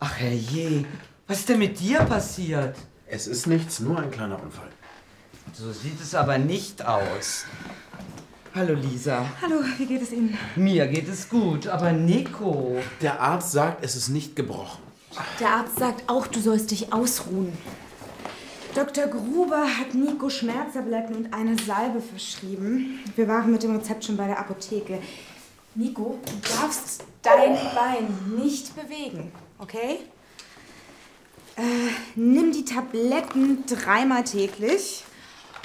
herrje, was ist denn mit dir passiert? Es ist nichts, nur ein kleiner Unfall. So sieht es aber nicht aus. Hallo Lisa. Hallo, wie geht es Ihnen? Mir geht es gut, aber Nico. Der Arzt sagt, es ist nicht gebrochen. Der Arzt sagt auch, du sollst dich ausruhen. Dr. Gruber hat Nico Schmerztabletten und eine Salbe verschrieben. Wir waren mit dem Rezept schon bei der Apotheke. Nico, du darfst dein Bein nicht bewegen, okay? Äh, nimm die Tabletten dreimal täglich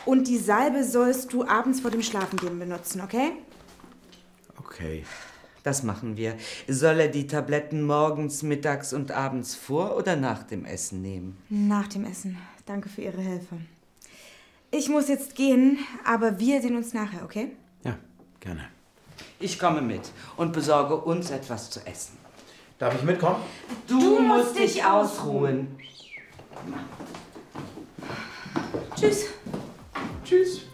und die Salbe sollst du abends vor dem Schlafengehen benutzen, okay? Okay. Das machen wir. Soll er die Tabletten morgens, mittags und abends vor oder nach dem Essen nehmen? Nach dem Essen. Danke für Ihre Hilfe. Ich muss jetzt gehen, aber wir sehen uns nachher, okay? Ja, gerne. Ich komme mit und besorge uns etwas zu essen. Darf ich mitkommen? Du, musst dich ausruhen. Tschüss. Tschüss.